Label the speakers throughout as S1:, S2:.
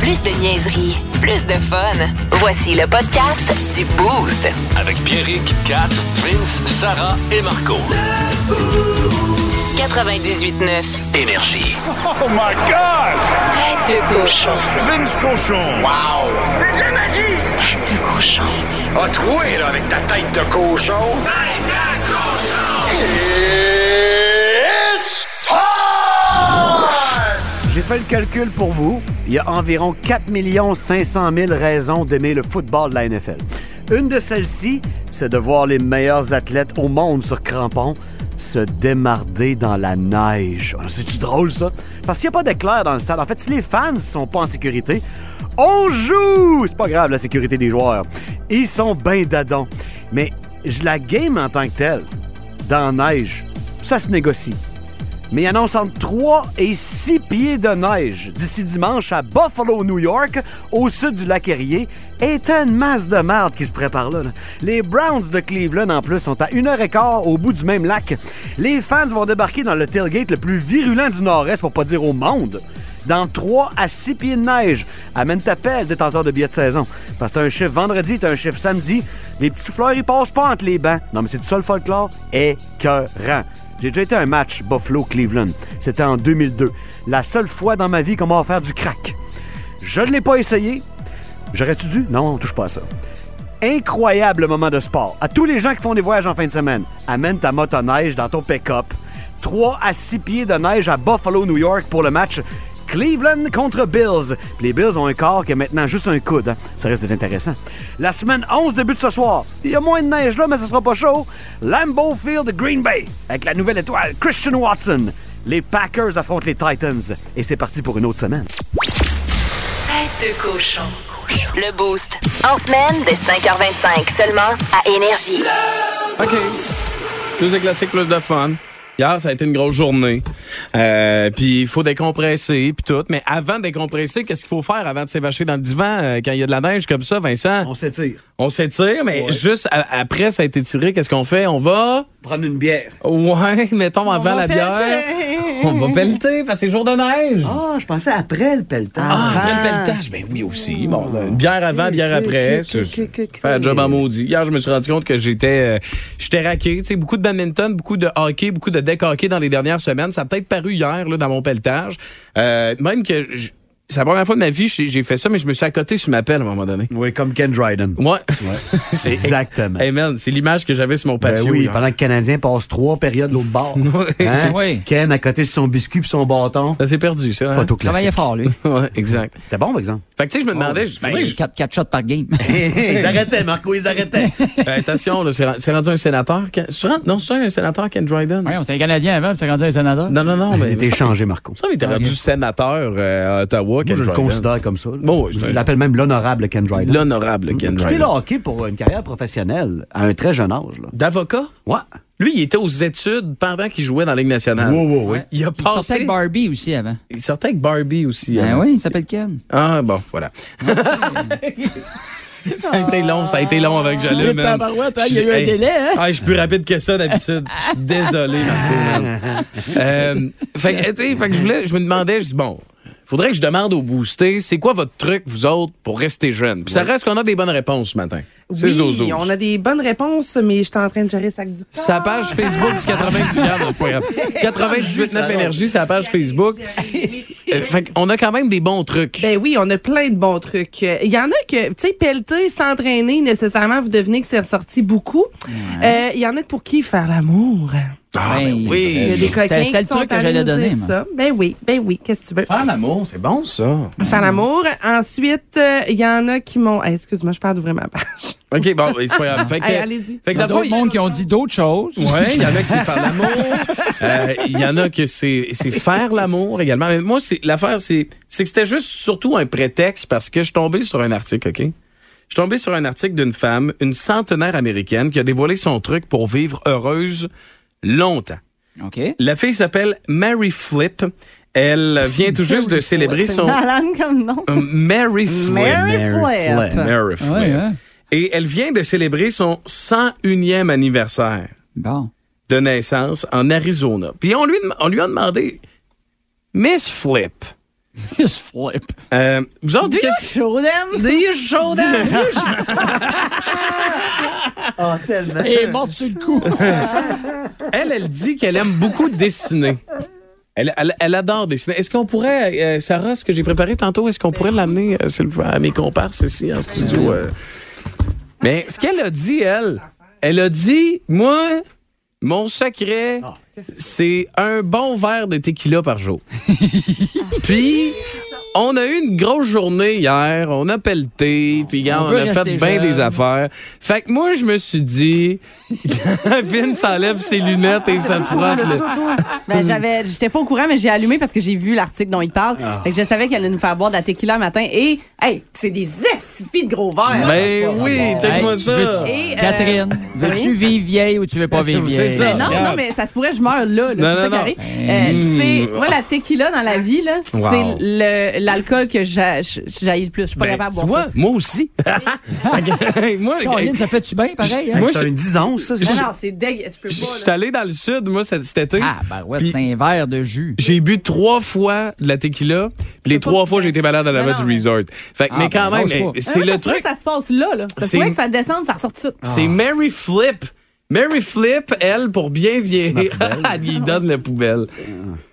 S1: Plus de niaiserie, plus de fun. Voici le podcast du Boost.
S2: Avec Pierrick, Kat, Vince, Sarah et Marco.
S1: 98.9.
S2: Énergie.
S3: Oh my God!
S1: Tête de cochon.
S4: Vince Cochon. Wow!
S3: C'est de la magie!
S1: Tête de cochon.
S4: A troué, là, avec ta tête de cochon. It's time!
S5: J'ai fait le calcul pour vous. Il y a environ 4 500 000 raisons d'aimer le football de la NFL. Une de celles-ci, c'est de voir les meilleurs athlètes au monde sur crampons se démarder dans la neige. Ah, C'est-tu drôle, ça? Parce qu'il n'y a pas d'éclair dans le stade. En fait, si les fans ne sont pas en sécurité, on joue! C'est pas grave, la sécurité des joueurs. Ils sont ben dadons. Mais je la game en tant que telle, dans la neige, ça se négocie mais il annonce entre 3 et 6 pieds de neige d'ici dimanche à Buffalo, New York, au sud du lac Erie. Et t'as une masse de merde qui se prépare là. là. Les Browns de Cleveland, en plus, sont à une heure et quart au bout du même lac. Les fans vont débarquer dans le tailgate le plus virulent du Nord-Est, pour pas dire au monde dans 3 à 6 pieds de neige. Amène ta pelle, détenteur de billets de saison. Parce que t'as un chiffre vendredi, t'as un chiffre samedi. Les petits souffleurs, ils passent pas entre les bancs. Non, mais c'est du sol folklore écœurant. J'ai déjà été à un match Buffalo-Cleveland. C'était en 2002. La seule fois dans ma vie qu'on m'a offert du crack. Je ne l'ai pas essayé. J'aurais-tu dû? Non, on touche pas à ça. Incroyable moment de sport. À tous les gens qui font des voyages en fin de semaine, amène ta motoneige dans ton pick-up. 3 à 6 pieds de neige à Buffalo, New York pour le match Cleveland contre Bills. Puis les Bills ont un corps qui a maintenant juste un coude. hein. Ça reste intéressant. La semaine 11 débute ce soir. Il y a moins de neige là, mais ce sera pas chaud. Lambeau Field, Green Bay, avec la nouvelle étoile Christian Watson. Les Packers affrontent les Titans. Et c'est parti pour une autre semaine.
S1: Tête de cochon. Le Boost. En semaine, dès 5h25 seulement à Énergie.
S6: OK. Plus de classiques, plus de fun. Hier, ça a été une grosse journée. Euh, puis il faut décompresser, puis tout. Mais avant de décompresser, qu'est-ce qu'il faut faire avant de s'évacher dans le divan euh, quand il y a de la neige comme ça, Vincent?
S5: On s'étire.
S6: On s'étire, mais juste a- après, ça a été tiré. Qu'est-ce qu'on fait? On va...
S5: Prendre une bière.
S6: Ouais, mettons avant la bière. On va pelleter, parce que c'est jour de neige.
S5: Ah, je pensais après le pelletage.
S6: Ah, après le pelletage, ben oui aussi. Bon, ben. là, une bière avant, bière
S5: ok,
S6: après.
S5: ok, ok, ok, ok.
S6: Faire un job en maudit. Hier, je me suis rendu compte que j'étais euh, j'étais raqué. Tu sais, beaucoup de badminton, beaucoup de hockey, beaucoup de deck hockey dans les dernières semaines. Ça a peut-être paru hier là, dans mon pelletage. Euh, même que je- c'est la première fois de ma vie j'ai j'ai fait ça, mais je me suis accoté sur ma pelle à un moment donné.
S5: Oui, comme Ken Dryden.
S6: Moi,
S5: C'est Exactement.
S6: hey man, c'est l'image que j'avais sur mon
S5: Ben
S6: patio.
S5: oui,
S6: hier.
S5: pendant que le Canadien passe trois périodes l'autre bord. Hein?
S7: Oui.
S5: Ken à côté de son biscuit puis son bâton.
S6: Ça s'est perdu, ça. hein?
S5: Photo Oh,
S7: Il travaillait
S5: classique.
S7: fort, lui.
S6: Ouais, exact.
S5: C'était bon, par exemple.
S6: Fait que tu sais, je me demandais,
S5: ben,
S6: je- faudrait que je-
S7: 4, shots par game.
S5: ils arrêtaient, Marco, ils arrêtaient.
S6: Euh, attention, là, c'est ren- c'est rendu un sénateur. Ken- c'est rendu- Non, c'est un sénateur, Ken Dryden.
S7: ouais, on était Canadien avant, puis c'est rendu un sénateur.
S6: Non, non, non, mais.
S5: Il était échangé, Marco.
S6: Ben, Ça, il était rendu sénateur euh, à Ottawa.
S5: Ah, Moi,
S6: Ken hein.
S5: je le
S6: Dryden.
S5: considère comme ça. là.
S6: Bon, ouais,
S5: je
S6: ben-
S5: l'appelle même l'honorable Ken Dryden.
S6: L'honorable Ken
S5: J'ai quitté le
S6: Dryden.
S5: hockey pour une carrière professionnelle à un très jeune âge. Là.
S6: D'avocat?
S5: Ouais.
S6: Lui, il était aux études pendant qu'il jouait dans la Ligue nationale.
S5: Wow, wow, oui.
S6: Il a
S7: Il sortait
S6: passé.
S7: avec Barbie aussi avant.
S6: il sortait avec Barbie aussi.
S7: Ben
S6: hein.
S7: oui, il s'appelle Ken.
S6: Ah, bon, voilà. ça a été long, ça a été long avec Jalou,
S7: Mais
S6: man.
S7: tabarouette, hein, il y a
S6: Je-
S7: eu un délai, hein?
S6: Ah, je suis plus rapide que ça d'habitude. Je suis désolé, Marco, man. Euh, fait, que, tu sais, fait que je voulais, je me demandais, je dis, bon, faudrait que je demande au boosté, c'est quoi votre truc, vous autres, pour rester jeune? Puis ça reste qu'on a des bonnes réponses ce matin. 6 12
S8: Oui, on a des bonnes réponses, mais je suis en train de gérer le sac du corps.
S6: Sa page Facebook du 98 Regarde, c'est pas grave. 98.9 Énergie, sa page Facebook. Euh, fait qu'on a quand même des bons trucs.
S8: Ben oui, on a plein de bons trucs. Euh, Il y en a que, tu sais, pelleter, s'entraîner, nécessairement, vous devenez que c'est ressorti beaucoup. Euh, Il y en a pour qui faire l'amour.
S6: Ah,
S7: ben,
S8: Il y a des coquins
S7: C'était- c'était
S8: qui
S7: le
S8: sont
S7: truc que
S8: allés
S7: j'allais
S8: nous dire
S7: donner, moi.
S8: ça. Ben oui, ben oui, qu'est-ce que tu veux?
S6: Faire l'amour, c'est bon, ça.
S8: Faire l'amour. Ensuite, euh, il y en a qui m'ont... Ah, Excuse-moi, je parle d'ouvrir ma page.
S6: OK, bon, ben, c'est pas grave. Fait que,
S8: Hey, allez-y.
S6: fait
S7: Il
S6: que
S7: y a
S6: dans le
S7: d'autres
S6: fond,
S7: mondes qui ont dit d'autres choses.
S6: il- Ouais, il y en a qui c'est faire l'amour. Euh, Il y en a que c'est c'est faire l'amour également. Mais moi, c'est l'affaire, c'est c'est que c'était juste surtout un prétexte parce que je suis tombé sur un article, OK? Je suis tombé sur un article d'une femme, une centenaire américaine, qui a dévoilé son truc pour vivre heureuse longtemps.
S7: OK.
S6: La fille s'appelle Mary Flip. Elle vient tout juste de célébrer son
S8: comme nom.
S6: Euh, Mary Flip.
S5: Mary Flip.
S6: Mary Flip.
S7: Ouais, hein. ouais.
S6: Et elle vient de célébrer son 101e anniversaire
S7: Bon.
S6: de naissance en Arizona. Puis on lui, dem- on lui a demandé Miss Flip,
S7: Il se flippe.
S6: Euh, vous autres, qu'est-ce
S7: Show them!
S8: Dis chaud
S5: Ah, tellement.
S7: Il est mort sur le coup.
S6: Elle, elle dit qu'elle aime beaucoup dessiner. Elle, elle- elle adore dessiner. Est-ce qu'on pourrait, euh, Sarah, ce que j'ai préparé tantôt, est-ce qu'on pourrait l'amener euh, s'il vous plaît, à mes comparses ici en studio? euh? Mais ce qu'elle a dit, elle, elle a dit, moi, mon secret,
S7: Ah,
S6: c'est un bon verre de tequila par jour. Puis, on a eu une grosse journée hier, on a pelleté, puis gars,
S7: On
S6: on,
S7: veut
S6: a
S7: rester
S6: fait bien
S7: jeune.
S6: des affaires. Fait que moi, je me suis dit, Vince enlève ses lunettes et se frotte. le- Hum.
S9: Ben, j'avais, j'étais pas au courant, mais j'ai allumé parce que j'ai vu l'article dont il parle.
S6: Ah.
S9: Fait que je savais qu'elle allait nous faire boire de la tequila le matin. Et, hey, c'est des estifis de gros verres.
S6: Ben oui, check-moi
S7: Hey,
S6: ça.
S7: veux-tu-
S9: Et, euh,
S7: Catherine, veux-tu vivre vieille ou tu veux pas vivre
S6: C'est
S7: vieille?
S6: ça.
S9: Ah, Non,
S6: Regarde.
S9: non, mais ça se pourrait, je meurs là. là
S6: Non,
S9: c'est
S6: non,
S9: ça qui
S6: non.
S9: arrive.
S6: Mmh.
S9: Euh, c'est- moi, la tequila dans la vie, là,
S6: Wow.
S9: c'est le- l'alcool que j'a- j'haïs le plus. Je suis pas
S6: Ben,
S9: capable de
S6: tu
S9: boire
S6: vois, moi aussi. moi,
S7: Caroline, ça fait-tu bien pareil? Hein?
S5: Hey,
S6: Moi,
S5: c'est
S6: je-
S5: une 10 ans, ça. c'est-
S9: ça. Non, non, c'est dégueu. Je peux
S6: je
S9: pas.
S6: suis
S9: là.
S6: allé dans le sud, moi, cet cet été.
S7: Ah, ben ouais,
S6: Puis-
S7: c'est un verre de jus.
S6: J'ai bu trois fois de la tequila, puis les
S9: pas
S6: trois
S9: bien.
S6: fois j'ai été malade à la
S9: Non,
S6: base
S9: non,
S6: du
S9: mais-
S6: resort. Fait que-
S7: Ah,
S6: mais quand
S7: ben,
S6: même,
S7: lâche pas.
S6: mais c'est
S9: Ah, ça
S6: le
S9: se pourrait
S6: truc.
S9: que ça se passe là, là. Ça
S6: C'est- Ah.
S9: se pourrait que ça descende, ça ressort tout de suite.
S6: C'est Mary Flip. Mary Flip, elle, pour bien vieillir, elle lui donne la poubelle.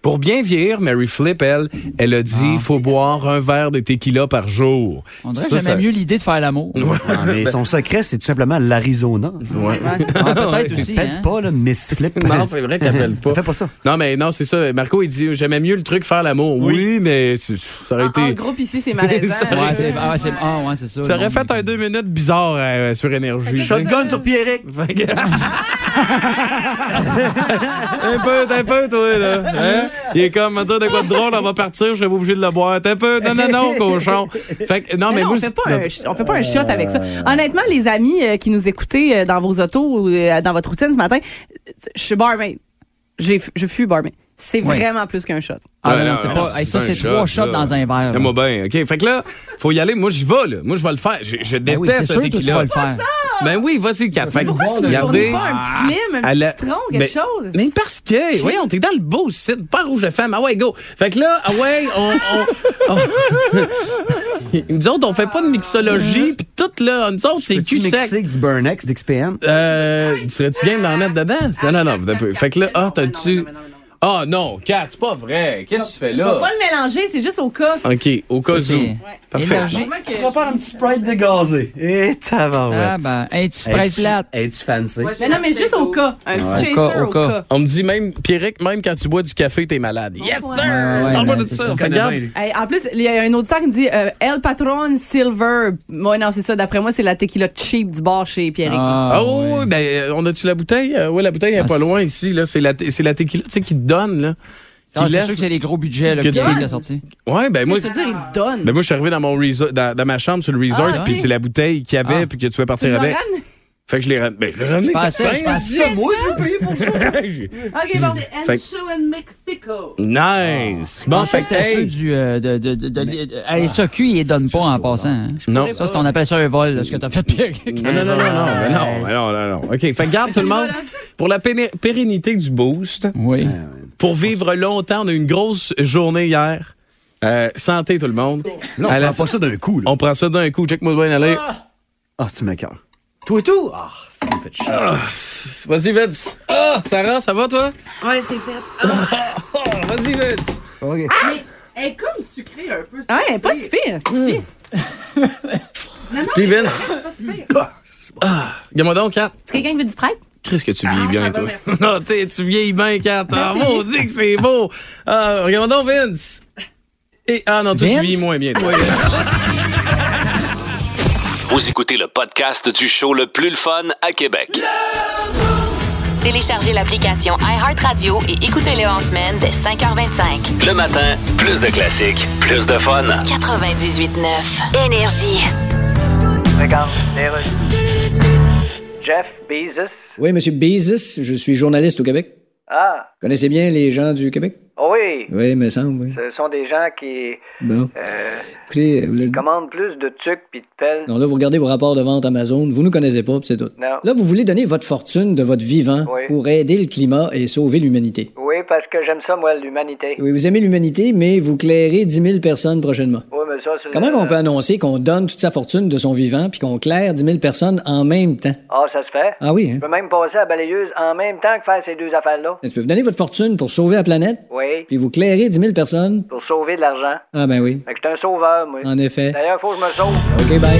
S6: Pour bien vieillir, Mary Flip, elle, elle a dit, il faut boire un verre de tequila par jour.
S7: On dirait que j'aimais mieux l'idée de faire l'amour.
S5: Ah, mais son secret, c'est tout simplement l'Arizona.
S7: Ah, Peut-être aussi,
S5: Pète
S7: hein?
S5: pas, là, Miss Flip.
S6: Non, c'est vrai qu'elle pèle pas.
S5: Fais pas ça.
S6: Non, mais non, c'est ça. Marco, il dit, j'aimais mieux le truc faire l'amour. Oui, mais c'est- ça aurait
S9: En, Ah, en
S6: été...
S9: groupe ici, c'est malaisant.
S6: Ça-
S7: Ouais, c'est ah, ouais, c'est- ah, ouais, c'est ça.
S6: Ça aurait
S7: Non,
S6: fait
S7: mais-
S6: un deux minutes bizarre euh, sur Énergie.
S5: Shotgun sur Pierrick.
S6: Fait que- un peu, t'es un peu, toi, là. Hein? Il est comme, me dire de quoi de drôle, on va partir, je serai pas obligé de le boire. T'es un peu, non, non, non, cochon. Fait que, non,
S9: Mais
S6: mais,
S9: non,
S6: moi,
S9: on
S6: c'est-
S9: fait pas un, on fait pas un shot avec ça. Honnêtement, les amis euh, qui nous écoutez euh, dans vos autos ou euh, dans votre routine ce matin, euh, je suis barmaid. J'ai, f- je fus barmaid. C'est
S7: Oui.
S9: vraiment plus qu'un shot.
S7: Ah,
S6: Ouais,
S7: non,
S6: non,
S7: c'est
S6: non,
S7: pas. hey, ça,
S6: un
S7: c'est trois
S6: shot,
S7: shots
S6: là.
S7: dans un verre. là.
S6: Fais-moi bien, OK? Fait que là, faut y aller. Moi, j'y vais, là. Moi, je vais le faire. Je, je
S7: Ben oui,
S6: déteste
S7: c'est
S6: le
S7: sûr que tu vas
S6: tequila.
S7: le faire.
S6: Ben oui, vas-y, Kat. Fait que,
S9: ne
S6: regardez.
S9: pas un petit lime, un
S6: à
S9: petit
S6: la-
S9: citron, quelque
S6: Ben,
S9: chose.
S6: Mais parce que, voyons, t'es dans le beau site, pas rouge femme. Ah ouais, go. Fait que là, ah ouais, on. on, on- nous autres, on fait pas de mixologie, puis tout, là. Nous autres, c'est
S5: Peux-tu
S6: cul sec.
S5: mixer du Burnex, d'XPN?
S6: Euh, serais-tu game d'en mettre dedans? Non, non, non, un peu. Fait que là, ah, t'as-tu. Ah non, Kat, c'est pas vrai. Qu'est-ce que tu fais
S9: Je vais
S6: là?
S9: pas le mélanger, c'est juste au cas.
S6: OK, au cas
S7: Ça, c'est-
S6: où. Parfait.
S7: Énergie.
S9: Moi, que-
S5: Prépare un petit Sprite dégazé. Eh, Et t'as
S7: Ah, ben, un petit sprite plate.
S5: Es-tu fancy?
S9: Mais non, mais juste au cas. Un petit
S7: Au cas,
S9: chaser
S7: au
S9: au
S7: cas.
S9: cas.
S6: On me dit même, Pierrick, même quand tu bois du café, t'es malade.
S9: Oh,
S6: Yes, sir!
S7: Ouais, ouais,
S6: Parle-moi
S7: ben,
S6: de
S7: c'est
S6: ça.
S7: ça, on
S6: Fait que regarde,
S9: Hey, en plus, il y a un auditeur qui me dit euh, El Patron Silver. Moi, non, c'est ça. D'après moi, c'est la tequila cheap du bar chez Pierre
S7: Ah,
S6: Oh,
S7: ouais.
S6: ben, euh, on a-tu la bouteille? Euh, ouais, la bouteille est
S7: Ah,
S6: pas
S7: c'est-
S6: loin ici. là. C'est la, te- c'est la tequila, tu sais, qui te donne, là.
S7: Ah,
S6: Qui
S7: C'est sûr que
S6: laisse.
S7: c'est les gros budgets là,
S6: Que
S7: que
S6: tu
S7: tu
S6: peux-
S7: as sorti.
S6: Ouais, ben, moi.
S9: Ça veut dire, il me donne.
S6: Ben moi, je suis arrivé dans mon resort, dans, dans ma chambre sur le resort,
S9: Ah, ok.
S6: puis c'est la bouteille qu'il y avait,
S7: Ah.
S6: puis que tu pouvais
S9: Tu
S6: partir
S9: me
S6: avec.
S9: ramènes?
S6: Fait que je l'ai ramené. Ben, je l'ai ramené,
S7: Je
S6: ça
S7: pensais- je pensais-
S6: pince.
S5: Moi, je vais payer pour ça.
S6: J'ai-
S9: OK, bon.
S6: Fait
S8: Mexico.
S6: Nice! Bon,
S7: Ah,
S6: fait que,
S7: c'était ceux
S6: hey,
S7: du. euh, de, de, de, de- à SAQ, ils les donnent pas en passant. hein.
S6: Non.
S7: Ça, c'est- on appelle ça un vol, là, ce que t'as fait, Pierre.
S6: Non, non, non, non, non, ben non, ben non, non, non. OK, fait que garde tout le monde. Pour la péné- pérennité du boost,
S7: Oui.
S6: pour vivre longtemps, on a eu une grosse journée hier. Euh, santé, tout le monde.
S5: Là, on
S6: À la-
S5: prend pas ça d'un coup. Là.
S6: On prend ça d'un coup. Check-moi bien aller.
S5: Ah, tu m'écœures. Tout et tout? Ah, ça me fait chier.
S6: Vas-y, Vince. Ah, Sarah, ça va, toi?
S8: Ouais, c'est fait.
S6: Oh, vas-y, Vince.
S5: Ok.
S8: Elle est comme sucrée un peu.
S9: Ah, ouais, pas si pire. c'est si pire.
S6: Puis, Vince. Regarde-moi donc, Kat.
S9: Est-ce que quelqu'un veut du Sprite?
S6: Qu'est-ce que tu
S8: Ah,
S6: vieillis bien, toi? non, t'sais, tu vieillis bien, Kat. Ah, maudit que c'est beau. Ah, regarde donc, Vince. Et, ah non, toi, tu
S7: Vince?
S6: vieillis moins bien, toi.
S2: Vous écoutez le podcast du show le plus le fun à Québec.
S1: Téléchargez l'application iHeartRadio et écoutez-le en semaine dès 5h25.
S2: Le matin, plus de classiques, plus de fun.
S1: 98.9 Énergie.
S10: Jeff Bezos.
S11: Oui, Monsieur Bezos, je suis journaliste au Québec.
S10: Ah, Oh
S11: Connaissez bien les gens du Québec?
S10: oui.
S11: Oui, me semble, oui.
S10: Ce sont des gens qui
S11: Bon.
S10: euh,
S11: Écoutez, vous-
S10: commandent plus de tucs puis de pelles.
S11: non, là, vous regardez vos rapports de vente Amazon, vous nous connaissez pas, puis c'est tout.
S10: Non.
S11: Là, vous voulez donner votre fortune de votre vivant
S10: Oui.
S11: pour aider le climat et sauver l'humanité.
S10: Oui, Oui, parce que j'aime ça, moi, l'humanité.
S11: Oui, vous aimez l'humanité, mais vous clairez 10 000 personnes prochainement.
S10: Oui, mais ça, c'est.
S11: Comment on peut annoncer qu'on donne toute sa fortune de son vivant puis qu'on claire 10 000 personnes en même temps?
S10: Ah, ça se fait.
S11: Ah oui, hein?
S10: Je peux même passer à la balayeuse en même temps que faire ces deux affaires-là.
S11: Est-ce que vous donnez votre fortune pour sauver la planète,
S10: Oui,
S11: puis vous clairez 10 000 personnes?
S10: pour sauver de l'argent.
S11: Ah ben oui.
S10: Fait que je suis un sauveur, moi.
S11: En effet.
S10: D'ailleurs, faut que je me sauve.
S11: OK, bye.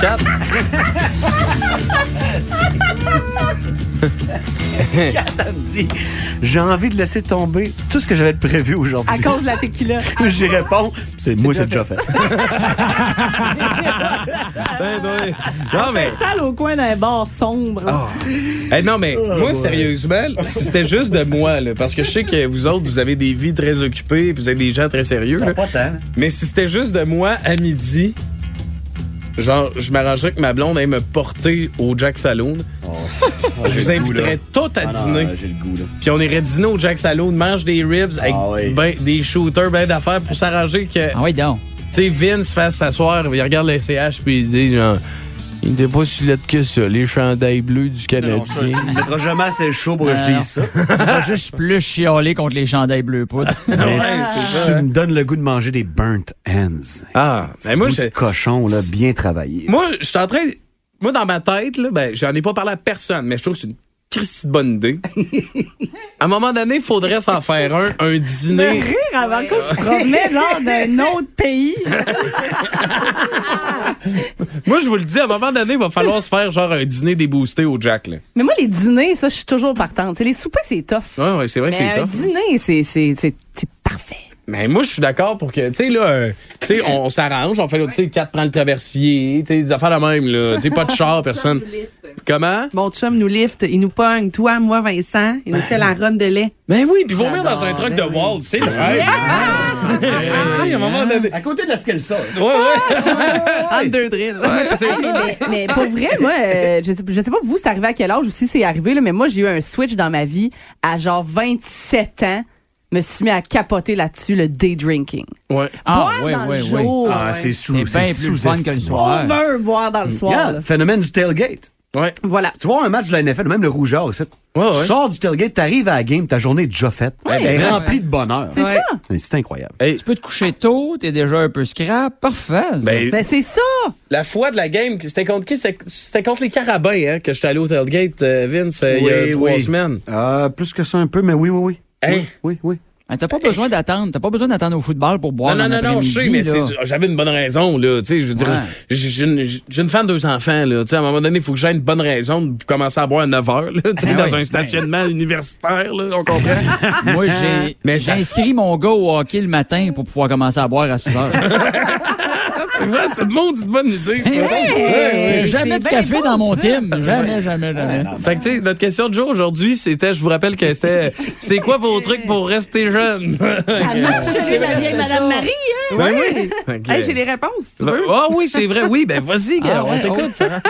S6: Quatre.
S5: Kat, elle me dit, j'ai envie de laisser tomber tout ce que j'avais de prévu aujourd'hui.
S9: À cause de la tequila.
S5: J'y réponds, c'est moi, c'est déjà fait.
S6: Ben, ben, Non, mais.
S9: Installe au coin d'un bar sombre.
S7: Ah.
S6: Eh, non, mais moi, sérieusement, c'était juste de moi, là, parce que je sais que vous autres, vous avez des vies très occupées, puis vous êtes des gens très sérieux. là. Mais si c'était juste de moi à midi, genre, je m'arrangerais que ma blonde aille me porter au Jack Saloon.
S5: Oh.
S6: je vous inviterais toutes
S5: Ah,
S6: à dîner.
S5: euh,
S12: J'ai le goût, là.
S6: Puis on irait dîner au Jack Saloon, mange des ribs avec ben- des shooters, ben d'affaires pour s'arranger que.
S7: Ah oui, donc.
S6: Tu sais, Vince fasse s'asseoir, il regarde les CH, puis il dit genre. Il n'était pas si laid que ça, les chandails bleus du Canadien.
S5: Tu ne mettras jamais assez chaud pour que je dise ça.
S7: On va juste plus chialer contre les chandails bleus poudre.
S5: Tu me donnes le goût de manger des burnt ends.
S6: Ah,
S5: mais
S6: moi,
S5: moi,
S6: j'ai-
S5: de cochon, là, bien travaillé.
S6: Moi, je suis en train. Moi, dans ma tête, là, ben, j'en ai pas parlé à personne, mais je trouve que c'est une crise de bonne idée. à un moment donné, il faudrait s'en faire un, un
S9: De
S6: dîner.
S9: rire avant qu'on se promenait genre d'un autre pays.
S6: Moi, je vous le dis, à un moment donné, il va falloir se faire genre un dîner déboosté au Jack. Là.
S9: Mais moi, les dîners, ça, je suis toujours partante. C'est les soupers, c'est tough.
S6: Ouais, ouais, c'est vrai que
S9: Mais
S6: c'est
S9: un
S6: tough.
S9: dîner, c'est- c'est c'est- c'est parfait.
S6: Mais moi, je suis d'accord pour que, tu sais, là, euh, tu sais, on, on s'arrange, on fait, là, tu sais, 4 prend le traversier, tu sais, des affaires la même, là. Tu sais, pas de char, personne. Comment?
S8: Mon chum nous lift, il nous pogne, toi, moi, Vincent, il nous fait la ronde de lait.
S6: Ben oui, puis vomir dans un truc de wall, tu sais, le rêve. Tu sais, à un moment donné.
S12: À côté de la Skelsa.
S6: Ouais, ouais.
S8: En deux drills.
S6: c'est ça.
S9: Mais, mais pour vrai, moi, euh, je, sais, je sais pas vous, c'est arrivé à quel âge ou si c'est arrivé, là, mais moi, j'ai eu un switch dans ma vie à genre 27 ans. me suis mis à capoter là-dessus le day drinking.
S6: Ouais.
S7: Ah,
S9: Boire
S7: ouais,
S9: dans
S7: ouais, Ah,
S9: le
S7: ouais.
S9: jour.
S5: Ah, c'est
S7: C'est
S5: sous
S7: bien plus le fun que le
S5: sous-estimé.
S7: soir.
S9: Over boire
S7: Mm.
S9: dans le soir.
S5: Regarde,
S9: là.
S5: phénomène du tailgate.
S6: Ouais.
S9: Voilà.
S5: Tu vois un match de la NFL, même le rougeur, c'est-
S6: Ouais, ouais.
S5: Tu sors du tailgate, t'arrives à la game, ta journée est déjà faite. Elle est
S7: ouais,
S5: remplie de bonheur.
S9: C'est ça.
S5: Mais C'est incroyable.
S7: Tu peux te coucher tôt, t'es déjà un peu scrap. Parfait. ça.
S6: Ben,
S9: Ben, c'est ça.
S6: la fois de la game, c'était contre qui? C'était- C'était contre les Carabins, hein, que j'étais allé au tailgate, euh, Vince, euh, il y a
S5: Oui,
S6: trois
S5: oui.
S6: semaines.
S5: Euh, plus que ça un peu, mais oui, oui, oui.
S6: Hein?
S5: Oui, oui.
S7: Ah, T'as pas besoin d'attendre. T'as pas besoin d'attendre au football pour boire.
S6: non, non, non, non, je sais, mais c'est- j'avais une bonne raison, là. Tu sais, je veux dire,
S7: Ouais.
S6: j'ai- j'ai une- j'ai une femme de deux enfants, là. Tu sais, à un moment donné, il faut que j'aie une bonne raison de commencer à boire à 9 heures, là. Tu sais,
S7: Ah
S6: dans
S7: oui.
S6: un stationnement universitaire, là. On comprend.
S7: Moi, j'ai
S6: Mais
S7: j'ai
S6: ça-
S7: inscrit mon gars au hockey le matin pour pouvoir commencer à boire à 6 heures.
S6: c'est vrai, c'est de maudite bonne idée,
S7: Ben
S6: ça.
S7: Hey,
S9: c'est
S7: jamais de
S9: bien
S7: café
S9: bon,
S7: dans mon
S9: ça.
S7: team. Jamais, jamais, jamais.
S6: Fait que, tu sais, notre question de jour aujourd'hui, c'était, je vous rappelle que c'était, c'est quoi vos trucs pour rester jeune?
S9: Ça marche, la vieille Madame Marie. Hein?
S6: Ben oui! Ok.
S8: Hey, j'ai les réponses, si tu veux.
S6: Ah oui, c'est vrai. Oui, ben vas-y, gars,
S7: Ah
S6: on
S7: ouais,
S6: t'écoute.
S7: oh.
S6: Sarah.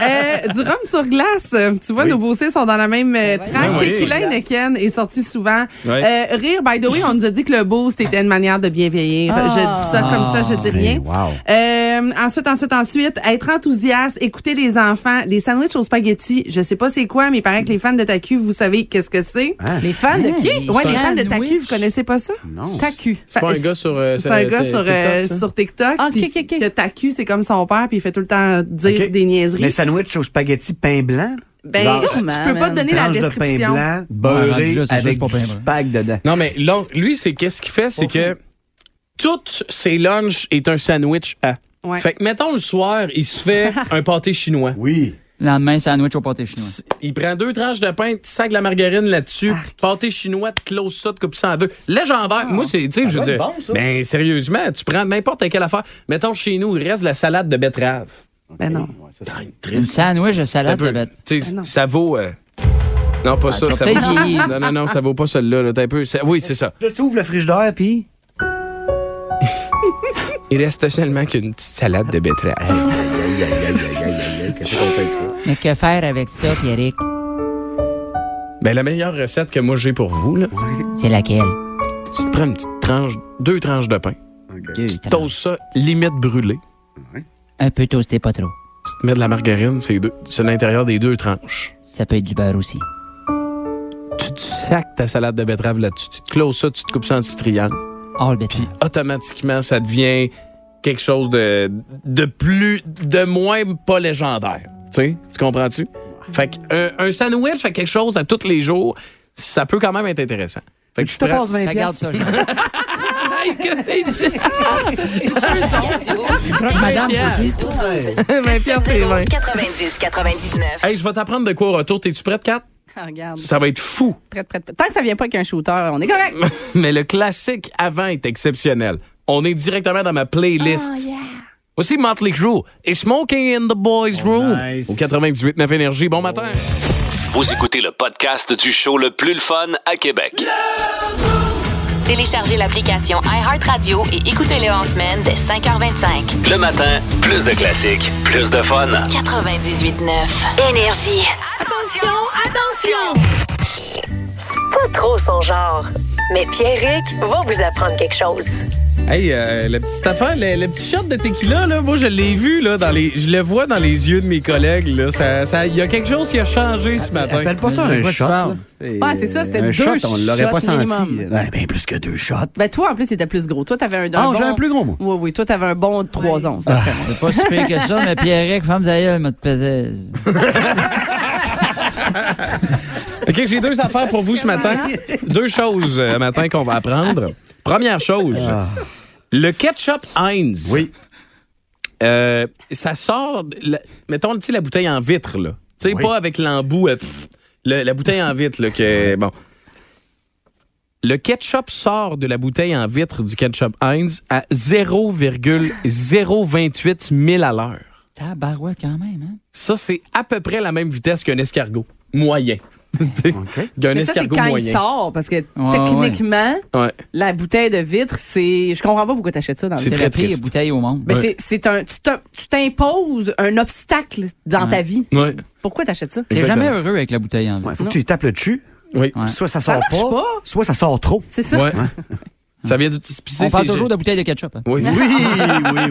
S8: Euh, du rhum sur glace. Euh, Tu vois, nos beaucés sont dans la même
S9: Ben
S8: euh, traque.
S6: Ah oui.
S8: Tequila Heineken est sorti souvent.
S6: Ouais.
S8: Euh, rire, by the way, on nous a dit que le boost était une manière de bien vieillir.
S9: Ah.
S8: Je dis ça comme ça,
S6: Ah.
S8: je dis rien.
S5: wow.
S8: Euh, ensuite, ensuite, ensuite, être enthousiaste, écouter les enfants, les sandwichs aux spaghettis. Je sais pas c'est quoi, mais il paraît que les fans de TAQ, vous savez qu'est-ce que c'est.
S6: Ah,
S5: Hein?
S9: Les fans de qui?
S8: Ouais, les fans de
S7: Sandwich.
S8: TAQ, vous connaissez pas ça?
S5: Non.
S9: Tacu.
S6: C'est pas un gars sur. euh,
S8: C'est un gars
S6: t-
S8: sur,
S6: TikTok,
S8: euh,
S6: ça?
S8: sur TikTok.
S9: Ah, ok,
S8: puis
S9: ok, ok.
S8: que TAQ, c'est comme son père, puis il fait tout le temps dire
S5: Ok.
S8: des niaiseries.
S5: Les sandwichs au spaghetti pain blanc,
S8: Ben,
S5: Genre,
S9: sûrement,
S8: je peux pas
S9: man.
S8: te donner la
S5: tranche de pain
S8: description.
S5: blanc,
S7: Ouais, rendu
S5: beurré,
S7: là, c'est sûr, c'est
S5: avec
S7: pas
S5: du
S7: pain blanc.
S5: spag dedans.
S6: Non, mais l'on- lui, c'est qu'est-ce qu'il fait? C'est que toutes ses lunchs est un sandwich à.
S8: Ouais.
S6: Fait que, mettons, le soir, il se fait un pâté chinois.
S5: Oui.
S7: Le lendemain, sandwich au pâté chinois.
S6: Il prend deux tranches de pain, tu sac de la margarine là-dessus, pâté chinois, tu closes ça, tu coupes ça en deux. Légendaire. Moi, c'est, tu sais, je veux
S12: doit être
S6: dire.
S12: bon, ça.
S6: ben, sérieusement, tu prends n'importe quelle affaire. Mettons, chez nous, il reste de la salade de betterave.
S8: Ben non.
S7: Une sandwich de salade de bête.
S6: Tu
S8: Ben
S6: sais,
S8: non.
S6: ça vaut. euh, Non,
S12: Ah,
S6: pas ça.
S7: tu
S6: ça
S7: vas
S6: vaut...
S7: peut-être dire.
S6: Non, non, non, ça vaut pas celle-là. là. T'as un peu. ça- Oui, c'est ça.
S5: Là, tu ouvres le frigidaire, puis...
S6: Il reste seulement qu'une petite salade de betterave.
S12: Aïe, aïe, aïe, aïe, aïe, aïe, aïe. Qu'est-ce qu'on fait avec ça?
S7: Mais que faire avec ça, Pierrick?
S6: Ben, la meilleure recette que moi j'ai pour vous, là,
S7: C'est laquelle?
S6: tu te prends une petite tranche, deux tranches de pain. Tu toastes ça, limite brûlé.
S7: Un peu toasté, pas trop.
S6: Tu te mets de la margarine, c'est deux- c'est l'intérieur des deux tranches.
S7: Ça peut être du beurre aussi.
S6: Tu, tu sacs ta salade de betterave là-dessus. Tu te closes ça, tu te coupes ça en petits triangles. Puis automatiquement, ça devient quelque chose de, de plus, de moins pas légendaire. Tu sais, tu comprends-tu? Fait que un, un sandwich à quelque chose à tous les jours, ça peut quand même être intéressant. Fait que je
S5: te
S6: prends-
S5: passe 20 Ça garde piastres.
S1: Madame,
S6: c'est 20.
S1: 90 99.
S6: Hey, je vais t'apprendre de quoi au retour. T'es-tu prête, Kat?
S9: Ah, regarde.
S6: Ça va être fou.
S9: Prête, prête, prête. Tant que ça vient pas avec un shooter, on est correct.
S6: Mais le classique avant est exceptionnel. On est directement dans ma playlist. Aussi Motley Crue et Smoking in the Boys Room au 98.9 Énergie. Bon matin.
S2: Vous écoutez le podcast du show le plus le fun à Québec.
S1: Téléchargez l'application iHeartRadio et écoutez-le en semaine dès 5h25.
S2: Le matin, plus de classiques, plus de fun.
S1: 98.9 Énergie. Attention, attention!
S13: C'est pas trop son genre. Mais Pierrick va vous apprendre quelque chose.
S6: Hey, euh, la petite affaire, le, le petit shot de tequila, là, moi, je l'ai vu, là, dans les, je le vois dans les yeux de mes collègues. là. Ça- ça- Il y a quelque chose qui a changé ce matin.
S5: appelle pas ça un De quoi tu shot, parles?
S9: Ouais, c'est ça, c'était
S5: un
S9: deux
S5: shot, on l'aurait pas
S9: shots
S5: senti.
S9: minimum.
S5: Ouais, ben, plus que deux shots.
S9: Ben toi, en plus, c'était plus gros. Toi, t'avais un,
S5: Ah,
S9: un bon...
S5: j'avais un plus gros, moi. Ah,
S9: Oui, oui. Toi, t'avais un bon 3 onces. après.
S7: C'est pas si pire que ça, mais Pierrick, femme d'ailleurs, m'a te pété.
S6: OK, j'ai deux affaires pour vous ce matin. Deux choses euh, matin qu'on va apprendre. Première chose,
S5: Ah.
S6: le ketchup Heinz. Oui. Euh, ça sort, la- mettons, tu sais, la bouteille en vitre, là. Tu sais, pas avec l'embout, euh, pff, le- la bouteille en vitre, là, que, bon. Le ketchup sort de la bouteille en vitre du ketchup Heinz à 0,028 000 à l'heure.
S7: Tabarouette quand même, hein?
S6: Ça, c'est à peu près la même vitesse qu'un escargot moyen. T'sais, Qu'un
S9: Mais ça, c'est
S6: escargot
S9: quand
S6: moyen.
S9: il sort, parce que
S6: ouais.
S9: techniquement,
S6: Ouais.
S9: la bouteille de vitre, c'est. Je comprends pas pourquoi t'achètes ça dans le
S6: C'est très triste.
S7: bouteille au monde.
S9: Mais c'est- c'est un. tu t'im- Tu t'imposes un obstacle dans ta vie.
S6: Ouais.
S9: Pourquoi t'achètes ça?
S7: T'es jamais heureux avec la bouteille en vie.
S5: Ouais, faut que tu lui tapes le dessus.
S6: Oui.
S5: Soit ça
S9: Ça
S5: sort
S9: marche
S5: pas,
S9: pas.
S5: soit ça sort trop.
S9: C'est ça.
S6: Ouais. Ça vient de.
S7: On parle toujours de bouteille de ketchup. hein.
S6: Oui, oui, oui, oui,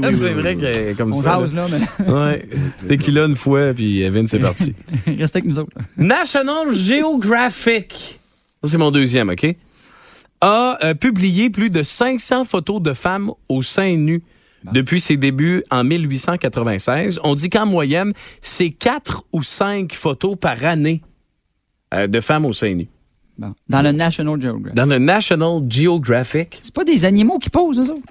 S7: C'est
S6: c'est vrai que comme
S7: On
S6: ça.
S7: jase, là,
S6: Ouais. Dès qu'il a une fois, puis Evan, c'est parti.
S7: mais restez avec nous autres.
S6: National Geographic. Ça, c'est mon deuxième, OK? A euh, publié plus de 500 photos de femmes au sein nu depuis ses débuts en 1896. On dit qu'en moyenne, c'est 4 ou 5 photos par année euh, de femmes au sein nu.
S7: Bon. Dans le National Geographic.
S6: Dans le National Geographic.
S7: C'est pas des animaux qui posent, eux autres?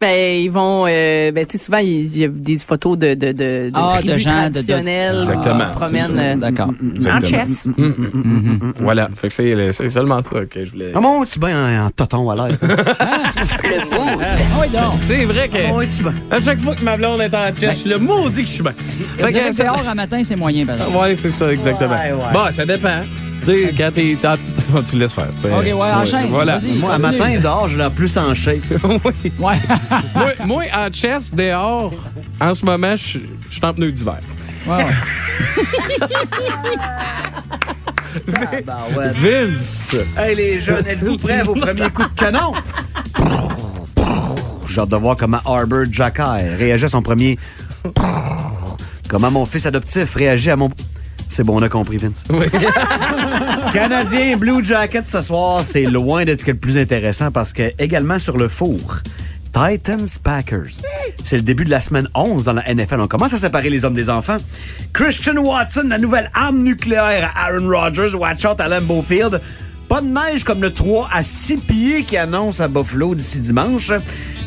S9: Ben, ils vont. euh, ben, tu sais, souvent, il il y a des photos de, de, de, de
S7: Ah, de
S9: tribus
S7: gens, de- Ah. de-
S9: traditionnelles.
S6: Exactement.
S9: On se promène.
S6: C'est ça.
S9: euh,
S7: D'accord.
S9: En
S6: Exactement.
S9: chess.
S6: Voilà. Fait que c'est c'est seulement ça que je voulais.
S5: Ah mon, tu bien en, en toton à l'air.
S6: C'est vrai que.
S5: Ah, ouais, tu ben.
S6: À chaque fois que ma blonde est en chess, le maudit que je suis bien. Fait que-
S7: C'est hors à matin, c'est moyen, par exemple.
S6: Ouais, c'est ça, exactement.
S7: Ouais, ouais.
S6: Bon, ça dépend. Tu sais, quand t'es. t'as- Tu le laisses faire. C'est-
S7: Ok, ouais, enchaîne.
S6: Voilà.
S7: Vas-y,
S5: Moi, à
S7: continue.
S5: matin d'or, je l'ai plus en shape.
S6: oui.
S7: Ouais.
S6: moi, moi, en chess, dehors, en ce moment, je suis- je suis en pneu d'hiver.
S7: Ouais, ouais.
S9: Ah, bah
S6: Vince!
S5: Hey les jeunes, êtes-vous prêts à vos premiers coups de canon? J'ai hâte de voir comment Arbor Jackay réagit à son premier. Comment mon fils adoptif réagit à mon. C'est bon, on a compris, Vince. Canadien Blue Jacket ce soir, c'est loin d'être ce qui est le plus intéressant parce que, également sur le four, Titans Packers. C'est le début de la semaine 11 dans la NFL. On commence à séparer les hommes des enfants. Christian Watson, la nouvelle arme nucléaire à Aaron Rodgers, watch out à Lambeau Field. Pas de neige comme le 3 à 6 pieds qui annonce à Buffalo d'ici dimanche,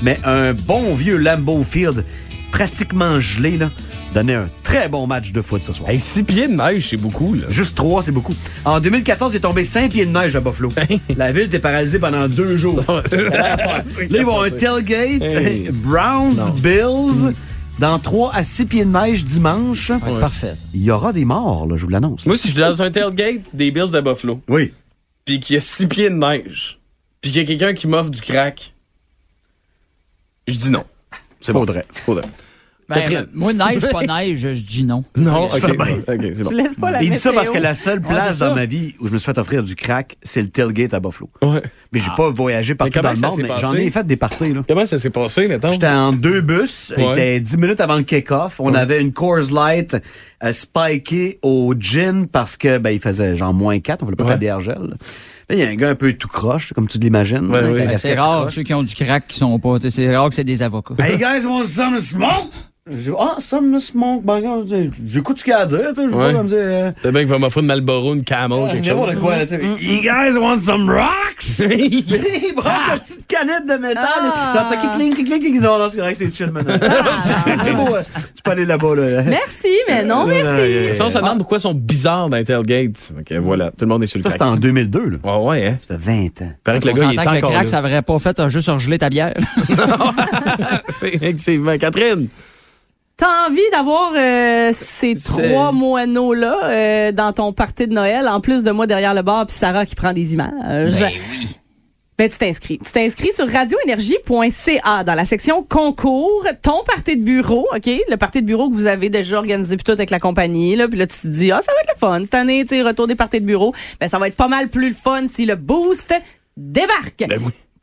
S5: mais un bon vieux Lambeau Field pratiquement gelé, là, donnait un très bon match de foot ce soir.
S6: Hey, six pieds de neige, c'est beaucoup, là.
S5: Juste trois, c'est beaucoup. En 2014, il est tombé 5 pieds de neige à Buffalo. La ville était paralysée pendant deux jours. Là, ils vont à un tailgate,
S6: Hey.
S5: Browns, Bills, dans 3 à 6 pieds de neige dimanche.
S7: Ouais, c'est Parfait. ça.
S5: Il y aura des morts, là, je vous l'annonce.
S6: Moi, si je suis dans un tailgate des Bills de Buffalo,
S5: Oui.
S6: puis qu'il y a six pieds de neige, puis qu'il y a quelqu'un qui m'offre du crack, je dis non. C'est bon. Faudrait. Faudrait. Catherine.
S7: Ben, euh, moi, neige, pas neige, je dis non.
S6: Non,
S7: Je laisse
S6: ok,
S7: ça bien.
S6: ok, c'est bon. Tu laisses
S5: Il dit ça parce que la seule
S7: Ouais,
S5: place
S7: c'est
S5: dans
S7: ça.
S5: ma vie où je me suis fait offrir du crack, c'est le tailgate à Buffalo. Mais j'ai
S6: Ah.
S5: pas voyagé partout dans
S6: Mais comment
S5: le
S6: ça
S5: monde,
S6: s'est
S5: mais
S6: passé?
S5: j'en ai fait des parties. Là.
S6: Comment ça s'est passé, mettons?
S5: J'étais en deux bus,
S6: Ouais.
S5: était 10 minutes avant le kick-off. On avait une Coors Light euh, spikée au gin parce que ben, il faisait genre moins 4, on voulait pas faire de bière gel. Là, il y a un gars un peu tout croche, comme tu l'imagines. là, avec la
S7: Ben,
S5: casquette
S7: c'est
S5: tout
S7: rare
S5: croche.
S7: ceux qui ont du crack qui sont pas. tu sais, C'est rare que c'est des avocats.
S5: Hey guys, want some smoke? J'ai- Ah, some smoke. Ben, regarde, je dis, J'écoute ce qu'il y a à dire, tu sais. Je veux pas
S6: Ouais.
S5: comme dire. euh,
S6: T'as bien qu'il va m'offrir une Malboro, une Camel,
S5: Ah,
S6: quelque chose.
S5: N'importe quoi, là, tu sais. You guys want some rocks? il brasse la petite canette de métal.
S9: Ah.
S5: T'entends qui clink, clink, clink, clink. Non, non, c'est correct, c'est chill maintenant. C'est c'est beau, hein. Tu peux aller là-bas, là.
S9: Merci, mais non, merci.
S6: Ça, on se demande pourquoi ils sont bizarres dans les tailgates. OK, voilà. Tout le monde est sur le
S5: Ça, c'était en 2002, là.
S6: Ouais, ouais, hein.
S5: Ça fait 20 ans.
S6: Paraît que le
S7: On
S6: gars, il est
S7: s'entend que le
S6: encore
S7: crack,
S6: là.
S7: ça n'aurait pas fait euh, juste regeler ta bière.
S6: Effectivement. Catherine,
S9: T'as envie d'avoir euh, ces
S6: C'est-
S9: trois moineaux-là euh, dans ton party de Noël, en plus de moi derrière le bar, puis Sarah qui prend des images.
S6: Ben
S9: Ben, tu t'inscris. Tu t'inscris sur radioénergie.ca dans la section concours, ton party de bureau, OK? Le party de bureau que vous avez déjà organisé puis tout avec la compagnie, là. Puis là, tu te dis, ah, ça va être le fun cette année, tu sais, retour des parties de bureau. Ben, ça va être pas mal plus le fun si le boost débarque.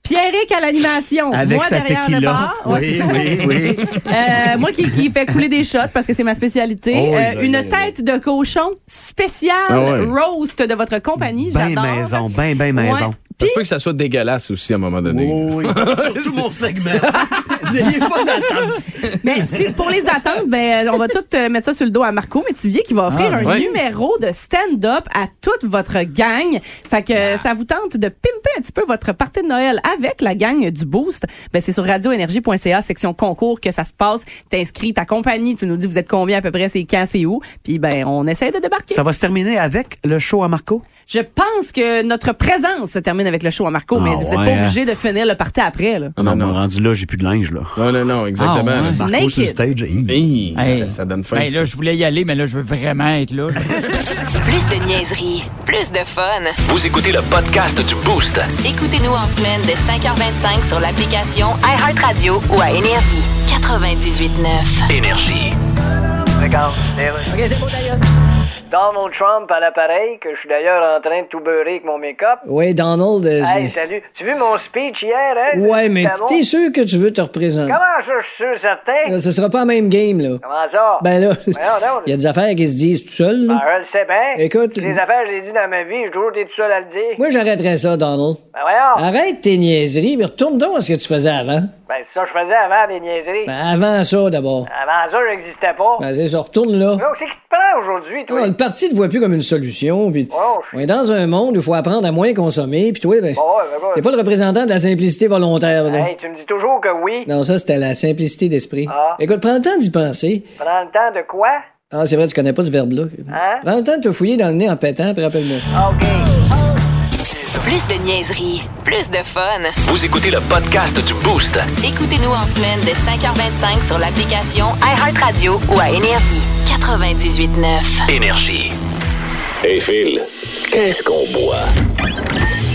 S9: Pierrick à l'animation.
S5: Avec
S9: moi
S5: sa
S9: derrière le
S5: tequila.
S9: bar. Ouais,
S5: Oui,
S9: c'est
S5: oui,
S9: ça.
S5: oui.
S9: Euh, moi qui, qui fait couler des shots parce que c'est ma spécialité.
S5: Oh,
S9: Euh,
S5: là,
S9: une
S5: là, là.
S9: tête de cochon spéciale
S6: Ah ouais.
S9: roast de votre compagnie.
S5: Ben
S9: J'adore.
S5: maison, ben, ben
S9: Ouais.
S5: maison.
S6: ça se peut que ça soit dégueulasse aussi à un moment donné.
S5: Oui, Surtout mon segment. N'ayez pas d'attente.
S9: Mais si- pour les attentes, ben, euh, on va tout euh, mettre ça sur le dos à Marco Métivier qui va offrir
S6: Ah,
S9: un
S6: ouais.
S9: numéro de stand-up à toute votre gang. Fait que
S6: Ah.
S9: euh, ça vous tente de pimper un petit peu votre partie de Noël avec la gang du Boost. Ben, c'est sur radioénergie.ca, section concours, que ça se passe. T'inscris ta compagnie, tu nous dis vous êtes combien à peu près, c'est quand, c'est où. Puis ben, on essaie de débarquer.
S5: Ça va se terminer avec le show à Marco?
S9: Je pense que notre présence se termine avec le show à Marco,
S14: Ah
S9: mais vous n'êtes
S5: ouais,
S9: pas
S5: hein.
S9: obligé de finir le party après. Là.
S5: Ah, non, non. Rendu là, j'ai plus de linge, là.
S6: Ah Non, non, non, exactement.
S7: Ah, ouais.
S6: là.
S5: Marco sur le stage. hi.
S6: Hey,
S7: Hey.
S6: ça, ça donne faim.
S7: Ben, là, je voulais y aller, mais là, je veux vraiment être là.
S1: Plus de niaiserie, plus de fun.
S2: Vous écoutez le podcast du Boost.
S1: Écoutez-nous en semaine de 5h25 sur l'application iHeartRadio ou à Énergie. 98.9.
S2: Énergie.
S10: Regarde. OK, c'est beau d'ailleurs. Donald Trump à l'appareil, que je suis d'ailleurs en train de tout beurrer avec mon make-up.
S11: Oui, Donald. euh,
S10: Hey,
S11: c'est-
S10: salut. Tu as vu mon speech hier, hein?
S11: ouais, mais
S10: C'était bon.
S11: t'es sûr que tu veux te représenter?
S10: Comment ça, je suis sûr, certain?
S11: Euh, Ce sera pas la même game, là.
S10: Comment ça?
S11: Ben là,
S10: Voyons donc.
S11: il y a des affaires qui se disent tout seul.
S10: Ben,
S11: là.
S10: je le sais bien.
S11: Écoute-
S10: Les affaires, je les dis dans ma vie, j'ai toujours été tout seul à le dire.
S11: Moi, j'arrêterais ça, Donald.
S10: Ben, voyons.
S11: Arrête tes niaiseries, mais retourne donc à ce que tu faisais avant.
S10: Ben, c'est ça que je faisais avant des Oh. niaiseries.
S11: Ben, avant ça, d'abord.
S10: Avant ça, j'existais pas.
S11: Ben, c'est ça, retourne là.
S10: Donc, c'est qui te prend aujourd'hui, toi?
S11: Non, le parti ne te voit plus comme une solution. Puis
S10: Oh,
S11: on est dans un monde où il faut apprendre à moins consommer. Puis toi, ben,
S10: Bon, ouais, ben, bon.
S11: t'es pas le représentant de la simplicité volontaire. là.
S10: Hey, tu me dis toujours que oui.
S11: Non, ça, c'était la simplicité d'esprit.
S10: Ah.
S11: Écoute, prends le temps d'y penser.
S10: Prends le temps de quoi?
S11: Ah, c'est vrai, tu connais pas ce verbe-là.
S10: Hein?
S11: Prends le temps de te fouiller dans le nez en pétant, puis rappelle-moi.
S10: Ah, OK.
S1: Plus de niaiserie, plus de fun.
S2: Vous écoutez le podcast du Boost.
S1: Écoutez-nous en semaine de 5h25 sur l'application iHeartRadio ou à Énergie. 98.9.
S2: Énergie. Hey Phil, qu'est-ce qu'on boit?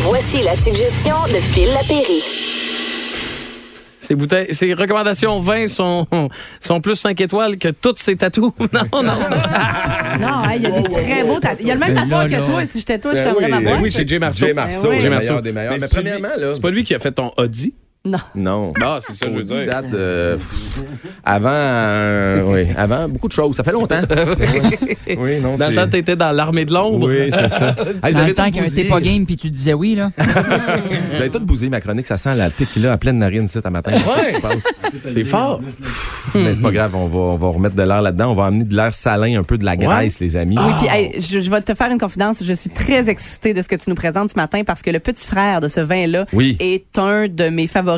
S13: Voici la suggestion de Phil Lapéry.
S6: Ces, bouteilles, ces recommandations 20 sont, sont plus 5 étoiles que toutes ces tatous. Non, non, c'est-
S9: Non, hein, il y a des très beaux tatouages. Il y a le même
S7: Ben
S9: tatouage
S7: là,
S9: que
S7: là.
S9: toi. Si j'étais toi, je
S14: Ben
S9: fermerais
S14: oui,
S9: ma
S14: ben
S9: boîte.
S6: oui, c'est Jay Marceau. Ben
S14: Jay Marceau,
S6: Jay
S14: le
S6: Marceau.
S14: meilleur des meilleurs. Mais
S6: c'est-tu lui-
S14: premièrement, là-
S6: C'est pas lui qui a fait ton Audi?
S9: Non.
S14: Non.
S6: Non, c'est ça, je veux
S14: Audi
S6: dire.
S14: date de- pff, avant, euh, oui, avant beaucoup de choses. Ça fait longtemps. oui. Oui, non,
S6: Dans le
S14: c'est-
S6: temps, t'étais dans l'armée de l'ombre.
S14: Oui, c'est ça. Hey, vous
S7: Dans
S14: avez tout
S7: le temps qu'un
S14: bousillé.
S7: t'es pas game, puis tu disais oui, là.
S14: Vous avez tout bousillé ma chronique. Ça sent la tequila à pleine narine, ça, ce matin. Qu'est-ce qui se passe?
S6: C'est fort.
S14: Mais c'est pas grave, on va, on va remettre de l'air là-dedans. On va amener de l'air salin, un peu de la graisse, les amis.
S9: Oui, puis hey, je, je vais te faire une confidence. Je suis très excitée de ce que tu nous présentes ce matin parce que le petit frère de ce vin-là
S14: Oui.
S9: est un de mes favoris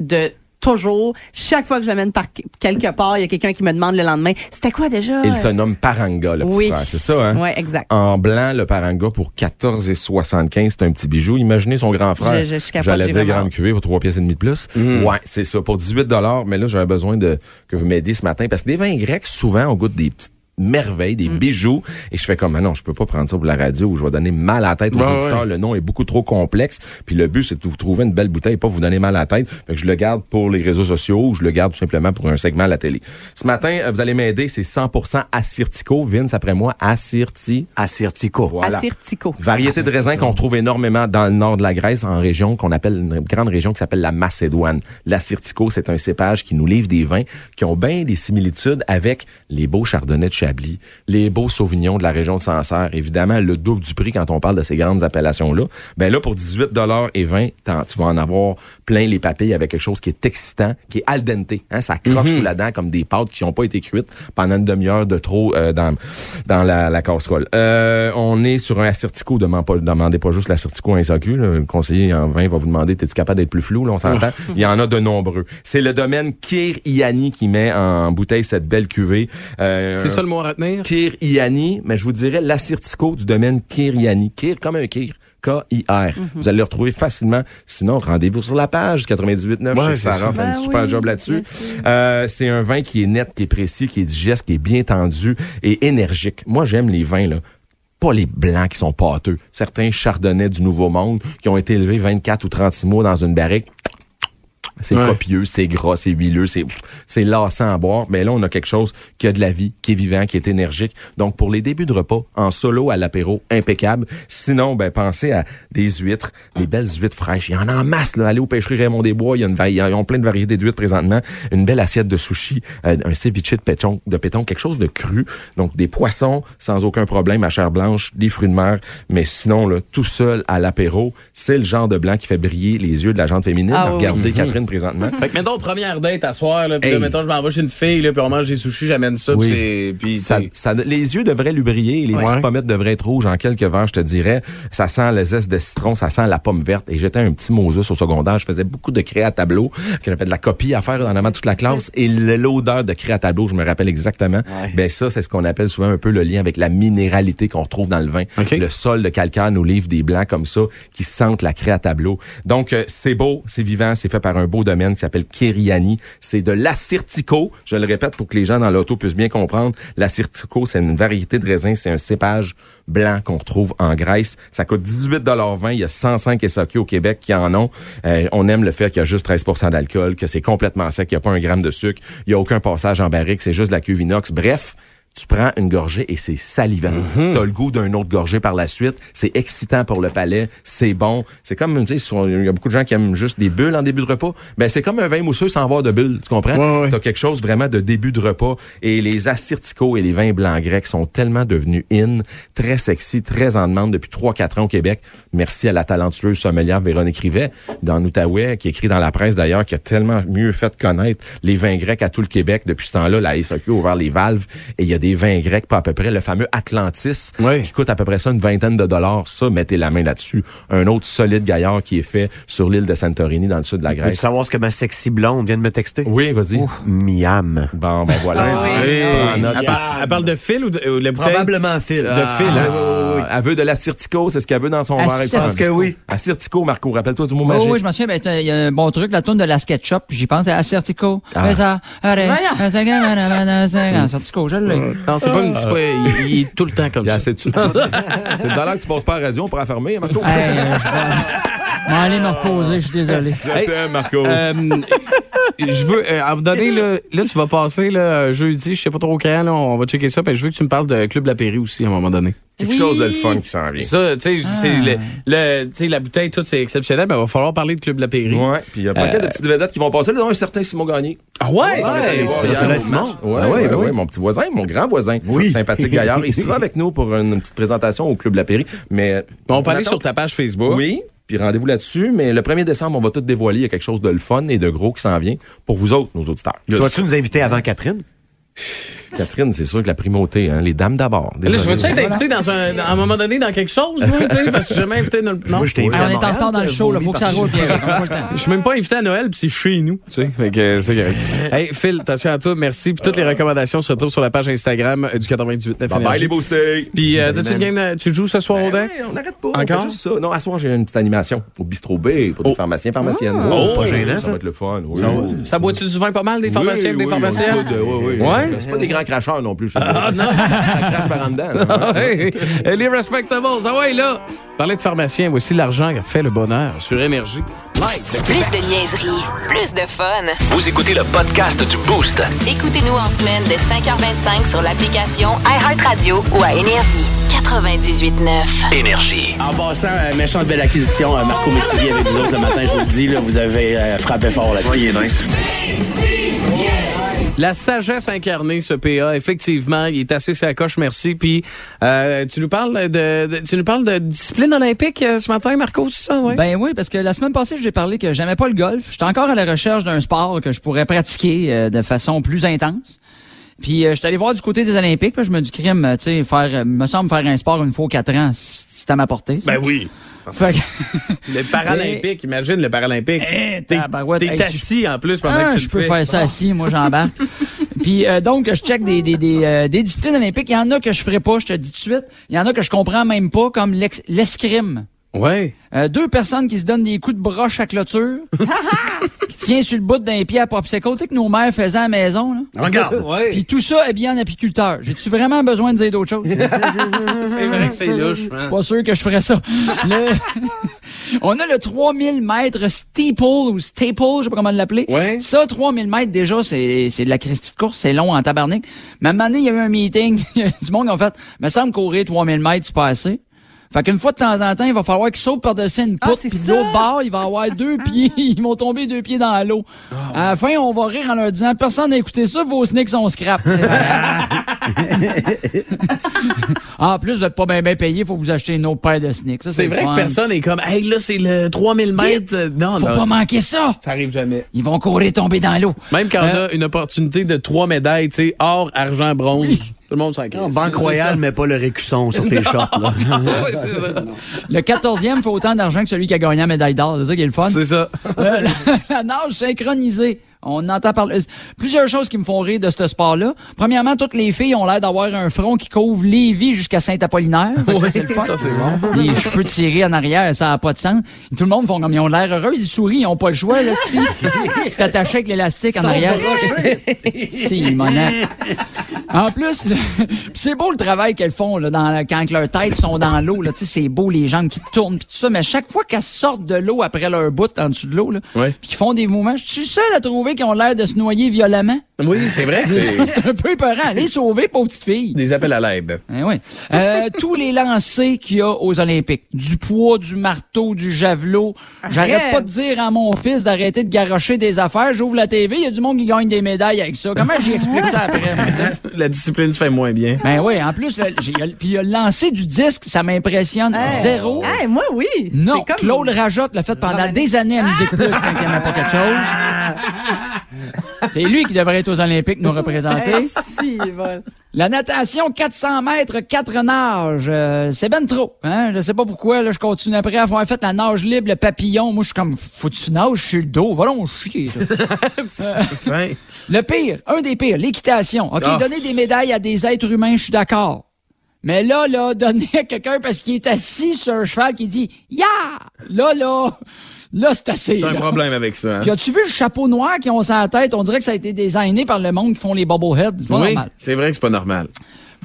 S9: de toujours. Chaque fois que j'amène par quelque part, il y a quelqu'un qui me demande le lendemain, c'était quoi déjà?
S14: Il se nomme Paranga, le petit
S9: oui.
S14: frère. C'est ça, hein?
S9: Oui, exact.
S14: En blanc, le Paranga pour 14,75, c'est un petit bijou. Imaginez son grand frère.
S9: Je- je suis capable,
S14: J'allais
S9: j'ai
S14: dire
S9: vraiment-
S14: grande cuvée pour 3 pièces et demie de plus. Ouais, c'est ça. Pour 18 mais là, j'avais besoin de que vous m'aidiez ce matin parce que des vins grecs, souvent, on goûte des petites merveilles,
S6: Mm.
S14: des bijoux. Et je fais comme, ah non, je peux pas prendre ça pour la radio où je vais donner mal à la tête aux
S6: Ben
S14: auditeurs.
S6: ouais.
S14: Le nom est beaucoup trop complexe. Puis le but, c'est de vous trouver une belle bouteille et pas vous donner mal à la tête. Fait que je le garde pour les réseaux sociaux ou je le garde tout simplement pour un segment à la télé. Ce matin, euh, vous allez m'aider, c'est 100% Assyrtico. Vince, après moi, Assyrti.
S5: Assyrtico.
S14: Voilà.
S9: Assyrtico.
S14: Variété de raisins qu'on trouve énormément dans le nord de la Grèce, en région qu'on appelle une grande région qui s'appelle la Macédoine. L'assyrtico, c'est un cépage qui nous livre des vins qui ont bien des similitudes avec les beaux chardonnays de Chablis, les beaux sauvignons de la région de Sancerre. Évidemment, le double du prix quand on parle de ces grandes appellations-là. Ben là, pour 18 et 20, t'en- tu vas en avoir plein les papilles avec quelque chose qui est excitant, qui est al dente. Hein, ça croche
S6: Mhm.
S14: sous la dent comme des pâtes qui n'ont pas été cuites pendant une demi-heure de trop euh, dans, dans la, la casserole. Euh, on est sur un assertico. Demande pas, demandez pas juste l'assertico SAQ. là. Le conseiller en vin va vous demander, es-tu capable d'être plus flou? Là, on s'entend. Il y en a de nombreux. C'est le domaine Kir Iani qui met en bouteille cette belle cuvée. Euh,
S6: C'est ça le mot à retenir?
S14: Kir Iani, mais je vous dirais l'assertico du domaine Kir Iani. Kir comme un Kir. K-I-R. Vous allez le retrouver facilement. Sinon, rendez-vous sur la page 98.9
S6: Ouais,
S14: chez
S6: c'est
S14: Sarah.
S6: ça.
S14: Fait un
S6: Ben
S14: super
S6: oui,
S14: job là-dessus. Euh, c'est un vin qui est net, qui est précis, qui est digeste, qui est bien tendu et énergique. Moi, j'aime les vins, là. Pas les blancs qui sont pâteux. Certains chardonnays du Nouveau Monde qui ont été élevés 24 ou 36 mois dans une barrique. C'est
S6: Ouais.
S14: copieux, c'est gras, c'est huileux, c'est c'est lassant à boire. Mais là, on a quelque chose qui a de la vie, qui est vivant, qui est énergique. Donc, pour les débuts de repas, en solo à l'apéro, impeccable. Sinon, ben, pensez à des huîtres, des belles huîtres fraîches. Il y en a en masse, là. Allez au pêcherie Raymond Desbois, il y a une, va- il y a- ils ont plein de variétés d'huîtres présentement. Une belle assiette de sushi, euh, un ceviche de péton, de péton, quelque chose de cru. Donc, des poissons sans aucun problème à chair blanche, des fruits de mer. Mais sinon, là, tout seul à l'apéro, c'est le genre de blanc qui fait briller les yeux de la gente féminine.
S6: Ah oui.
S14: Regardez
S6: Mhm.
S14: Catherine présentement.
S6: Fait que, mettons, première date à soir, là, puis
S14: Hey.
S6: là, mettons, je m'en vais chez une fille, là, puis on mange des sushis, j'amène ça,
S14: Oui.
S6: puis c'est- puis
S14: Ça-
S6: c'est-
S14: ça- les yeux devraient lui briller, les
S6: Ouais.
S14: petites pommettes devraient être rouges en quelques verres, je te dirais. Ça sent le zeste de citron, ça sent la pomme verte. Et j'étais un petit Moses au secondaire, je faisais beaucoup de créa à tableau, qu'on avait de la copie à faire en avant de toute la classe. Et le- l'odeur de créa à tableau, je me rappelle exactement. Ben ça, c'est ce qu'on appelle souvent un peu le lien avec la minéralité qu'on retrouve dans le vin. Le sol de calcaire nous livre des blancs comme ça qui sentent la créa à tableau. Donc euh, c'est beau, c'est vivant, c'est fait par un beau domaine qui s'appelle Kiriani. C'est de l'assyrtico. Je le répète pour que les gens dans l'auto puissent bien comprendre. L'assyrtico, c'est une variété de raisin, c'est un cépage blanc qu'on retrouve en Grèce. Ça coûte 18,20 Il y a 105 SAQ au Québec qui en ont. Euh, on aime le fait qu'il y a juste 13 d'alcool, que c'est complètement sec, qu'il n'y a pas un gramme de sucre, il n'y a aucun passage en barrique, c'est juste de la cuve inox. Bref, tu prends une gorgée et c'est salivant. T'as le goût d'un autre gorgée par la suite. C'est excitant pour le palais. C'est bon. C'est comme, tu sais, sur- il y a beaucoup de gens qui aiment juste des bulles en début de repas. Ben, c'est comme un vin mousseux sans avoir de bulles. Tu comprends? T'as quelque chose vraiment de début de repas. Et les assyrticaux et les vins blancs grecs sont tellement devenus in, très sexy, très en demande depuis 3-4 ans au Québec. Merci à la talentueuse sommelière Véronique Rivet dans Outaouais, qui écrit dans la presse d'ailleurs, qui a tellement mieux fait connaître les vins grecs à tout le Québec. Depuis ce temps-là, la SAQ a ouvert les valves et il y a des vins grecs, pas à peu près, le fameux Atlantis, qui coûte à peu près ça une vingtaine de dollars. Ça, mettez la main là-dessus. Un autre solide gaillard qui est fait sur l'île de Santorini, dans le sud de la
S5: Veux-tu
S14: Grèce.
S5: savoir ce que ma sexy blonde vient de me texter?
S14: Oui, vas-y.
S5: Miam.
S14: Bon, ben
S5: Ah
S14: voilà. Tu-
S5: oui.
S14: Hey,
S5: Ah,
S14: prends note,
S6: Elle,
S14: c'est ce
S6: parle, elle parle de fil ou de, ou de la bouteille?
S5: Probablement Phil. Ah,
S6: De fil, hein?
S14: Ah, Elle veut de la Cirtico, c'est ce qu'elle veut dans son
S7: Ah,
S14: verre.
S7: je pense que
S5: oui.
S14: À Cirtico, Marco, rappelle-toi du mot
S7: Oh
S14: magique.
S7: oui, je me souviens, ben, t'as- il y a un bon truc, la tourne de la SketchUp, j'y pense, c'est Assertico.
S14: Ah.
S7: Fais ça, arrête.
S9: Voyons.
S7: Fais ça, gamin, gamin, gamin, gamin, Assertico, je l'ai.
S6: Non, c'est
S14: Ah.
S6: pas une petite fois, il, il est tout le temps comme ça.
S14: C'est c'est le dollar que tu passes pas à la radio, on pourra fermer, Marco.
S7: Hey, euh, je vais m'en aller me reposer, je suis désolé.
S14: Je t'aime, hein, Marco.
S6: Euh, je veux, euh, à vous donner, là, là, tu vas passer là, jeudi, je sais pas trop quand, là, on va checker ça, mais je veux que tu me parles de Club La Pairie aussi à un moment donné.
S14: Quelque chose de le fun qui s'en vient.
S6: Ça, tu sais, c'est le- le- tu sais, la bouteille, tout, c'est exceptionnel, mais il va falloir parler de Club La Pairie.
S14: Ouais, puis il y a un paquet de petites vedettes qui vont passer. Là, dont un certain Simon Gagné.
S6: Ah ouais?
S14: On est allé
S5: tu
S14: voir
S5: connais
S14: hier
S5: là,
S14: au
S5: Simon?
S14: match.
S5: Ah
S14: Ouais,
S5: ouais,
S14: ouais,
S5: ben
S14: ouais,
S5: oui.
S14: mon petit voisin, mon grand voisin. Sympathique gaillard. Il sera avec nous pour une petite présentation au Club La Pairie. Mais
S6: On parlait
S14: attend-
S6: sur ta page Facebook.
S14: Oui. Puis rendez-vous là-dessus. Mais le 1er décembre, on va tout dévoiler. Il y a quelque chose de le fun et de gros qui s'en vient pour vous autres, nos auditeurs.
S5: Tu vas-tu nous inviter avant Catherine?
S14: Catherine, c'est sûr que la primauté, hein, les dames d'abord.
S6: Là, je
S14: Désolé.
S6: veux-tu être invité dans un, à un moment donné dans quelque chose, moi, tu sais, parce que je suis jamais invité dans le. Non.
S5: Moi, je t'ai
S7: Ah,
S5: invité
S7: on est
S5: à
S7: en
S5: Montréal.
S7: retard dans le show, là, faut que ça roule, Pierre. On a pas le temps.
S6: Je suis même pas invité à Noël, puis c'est chez nous. Tu sais, fait que euh, c'est correct. hey, Phil, attention à toi, merci. Puis toutes les recommandations se retrouvent sur la page Instagram euh, du 98
S14: Bye bye, les boostés.
S6: Puis, euh, t'as-tu une game, euh, tu joues ce soir au deck?
S14: on n'arrête pas. On
S6: Encore?
S14: fait juste ça. Non, à ce soir, j'ai une petite animation au bistrot B pour des pharmaciens, pharmaciennes.
S6: Oh, pas
S5: gênant,
S14: ça.
S5: ça.
S14: va être le fun. oui.
S6: Ça boit-tu du vin pas mal des
S14: Oui,
S6: pharmaciens,
S14: oui,
S6: des
S14: oui,
S6: pharmaciens?
S14: on écoute, euh, oui, oui.
S6: Ouais?
S14: C'est pas des grands grand cracheur non plus. je te
S6: Ah,
S14: dis.
S6: non. Ah,
S14: Ça, ça crache par en dedans. là. hein.
S6: Hey, les respectables, ah ouais, là. Parler de pharmacien, voici l'argent qui fait le bonheur sur Énergie.
S1: Plus de niaiserie, plus de fun.
S2: Vous écoutez le podcast du Boost.
S1: Écoutez-nous en semaine de 5h25 sur l'application iHeartRadio ou à Énergie. 98.9.
S2: Énergie.
S12: En passant, euh, méchante belle acquisition, euh, Marco Métivier avec vous autres le matin, je vous le dis, là, vous avez euh, frappé fort là-dessus. Oui, nice.
S6: La sagesse incarnée, ce PA, effectivement, il est assez sacoche, merci. Puis, euh, tu nous parles de, de- tu nous parles de discipline olympique euh, ce matin, Marco, c'est ça, ouais?
S7: Ben oui, parce que la semaine passée, j'ai parlé que j'aimais pas le golf. J'étais encore à la recherche d'un sport que je pourrais pratiquer euh, de façon plus intense. Puis euh, j'étais allé voir du côté des Olympiques, puis je me dis crime, euh, tu sais, faire euh, me semble faire un sport une fois aux quatre ans, c- c'est à ma portée. ça.
S6: Ben oui.
S7: Fait que-
S6: Le Paralympique, imagine le Paralympique.
S7: Eh,
S6: T'es
S7: tabarouette,
S6: t'es
S7: hey,
S6: assis en plus pendant
S7: Ah,
S6: que tu
S7: je
S6: le
S7: peux
S6: fais.
S7: faire ça assis, moi j'embarque. Puis euh, donc je check des des, des, euh, des disciplines olympiques, il y en a que je ferai pas, je te dis tout de suite, il y en a que je comprends même pas comme l'ex- l'escrime.
S6: Ouais.
S7: Euh, deux personnes qui se donnent des coups de broche à clôture, qui tient sur le bout d'un pied à popsicle, tu sais que nos mères faisaient à la maison. Là.
S5: Regarde.
S7: Puis tout ça habillé en apiculteur. J'ai-tu vraiment besoin de dire d'autres choses?
S6: C'est vrai que c'est louche, hein.
S7: Pas sûr que je ferais Ah, ça. Le- On a le 3000 mètres steeple ou staple, je sais pas comment l'appeler. Ça, 3000 mètres déjà, c'est c'est de la Christie de course, c'est long en tabarnak. Mais à un moment donné, il y a eu un meeting, du monde qui a fait, me semble courir 3000 mètres, c'est pas assez. Fait qu'une fois de temps en temps, il va falloir qu'ils sautent par-dessus une poutre, puis de l'autre bord, il va avoir deux pieds, ils vont tomber deux pieds dans l'eau. À la fin, on va rire en leur disant, personne n'a écouté ça, vos snicks sont scrap. C'est Ah, en plus, vous n'êtes pas bien payé, il faut vous acheter une autre paire de sneakers. Ça,
S6: C'est vrai
S7: le fun.
S6: que personne est comme, hey, là, c'est le 3000 mètres. Euh, Non,
S7: Faut
S6: non.
S7: pas manquer ça.
S6: Ça arrive jamais.
S7: Ils vont courir tomber dans l'eau.
S6: Même quand
S7: Euh.
S6: on a une opportunité de trois médailles, tu sais, or, argent, bronze, tout le monde s'en crisse.
S5: Banque Royale, mais pas le récusson sur tes shorts. Là.
S6: C'est ça.
S7: Le 14e fait autant d'argent que celui qui a gagné la médaille d'or. C'est ça qui est le fun.
S6: C'est ça.
S7: Euh, la, la nage synchronisée. On entend parler. euh, Plusieurs choses qui me font rire de ce sport-là. Premièrement, toutes les filles ont l'air d'avoir un front qui couvre Lévis jusqu'à Saint-Apollinaire. Fait que ça, c'est le fun.
S6: ça, c'est bon.
S7: Les cheveux tirés en arrière, ça n'a pas de sens. Et tout le monde font comme ils ont l'air heureux, ils sourient, ils n'ont pas le choix, là, dessus C'est attaché avec l'élastique en arrière. C'est immonent. En plus, le- c'est beau le travail qu'elles font là, dans la- quand que leurs têtes sont dans l'eau. là, tu sais, C'est beau les jambes qui tournent puis tout ça, mais chaque fois qu'elles sortent de l'eau après leur bout en dessous de l'eau, là,
S6: Ouais.
S7: puis qu'ils font des mouvements, je suis seul à trouver qu'ils ont l'air de se noyer violemment.
S6: Oui, c'est vrai que
S7: Ça,
S6: c'est
S7: C'est un peu épeurant. Allez sauver, pauvre petite fille.
S6: des appels à l'aide.
S7: Eh oui. Euh, tous les lancers qu'il y a aux Olympiques. Du poids, du marteau, du javelot. J'arrête
S9: Arrête.
S7: pas de dire à mon fils d'arrêter de garrocher des affaires. J'ouvre la TV, il y a du monde qui gagne des médailles avec ça. Comment j'y explique ça après? moi?
S6: La discipline se fait moins bien.
S7: Ben oui, en plus, le- j'ai- puis il a le lancer du disque, ça m'impressionne.
S9: Hey.
S7: Zéro.
S9: Hey, moi, oui.
S7: Non,
S9: C'est comme- Ah.
S7: Claude Rajotte l'a fait pendant des années à Musique Plus quand il n'aimait pas quelque chose. C'est lui qui devrait être aux Olympiques nous représenter.
S9: si, bon.
S7: La natation, 400 mètres, 4 nages. Euh, c'est ben trop. Hein? Je sais pas pourquoi. Là, je continue après à avoir fait la nage libre, le papillon. Moi, je suis comme, faut-tu nages je suis le dos? Va donc chier. ça. Euh,
S6: Hein?
S7: Le pire, un des pires, l'équitation. OK,
S6: Ah.
S7: donner des médailles à des êtres humains, je suis d'accord. Mais là, là, donner à quelqu'un parce qu'il est assis sur un cheval qui dit « Ya! » Là, là, là, c'est assez.
S6: T'as un
S7: là.
S6: problème avec ça. hein?
S7: Puis as-tu vu le chapeau noir qu'ils ont sur la tête? On dirait que ça a été designé par le monde qui font les bobbleheads. C'est pas
S6: Oui,
S7: normal.
S6: c'est vrai que c'est pas normal.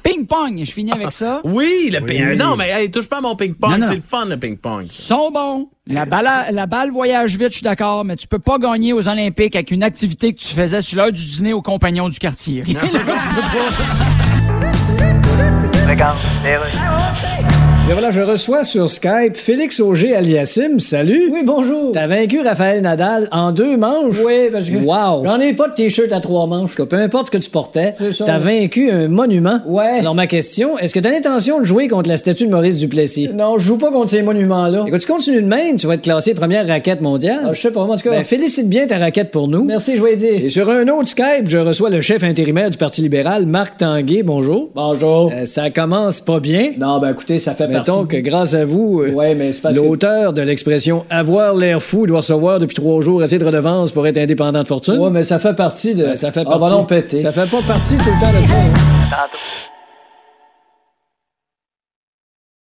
S7: Ping-pong, je finis avec ça.
S6: Oui, le ping Non, mais hey, touche pas à mon
S7: Non,
S6: ping-pong.
S7: non.
S6: C'est le fun, le ping-pong.
S7: sont bons. La balle, à- la balle voyage vite, je suis d'accord, mais tu peux pas gagner aux Olympiques avec une activité que tu faisais sur l'heure du dîner aux compagnons du quartier. ok?
S10: Regarde, les rues.
S11: Et voilà, je reçois sur Skype Félix Auger aliassim. Salut. Oui, bonjour. T'as vaincu Raphaël Nadal en deux manches. Oui, parce que. Wow. J'en ai pas de t-shirt à trois manches. Peu importe ce que tu portais, t'as vaincu un monument. Ouais. Alors, ma question, est-ce que t'as l'intention de jouer contre la statue de Maurice Duplessis? Non, je joue pas contre ces monuments-là. Écoute, tu continues de même, tu vas être classé première raquette mondiale. Ah, je sais pas, en tout cas. félicite bien ta raquette pour nous. Merci, je vais dire. Et sur un autre Skype, je reçois le chef intérimaire du Parti libéral, Marc Tanguay. Bonjour. Bonjour. ça commence pas bien. Non, ben écoutez, ça fait Mettons que grâce à vous, euh, l'auteur de l'expression avoir l'air fou doit recevoir depuis trois jours assez de redevances pour être indépendant de fortune. Ouais, mais ça fait partie de. ça fait
S12: Ah, va
S11: partie.
S12: donc péter.
S11: Ça fait pas partie tout le temps de ça. hein.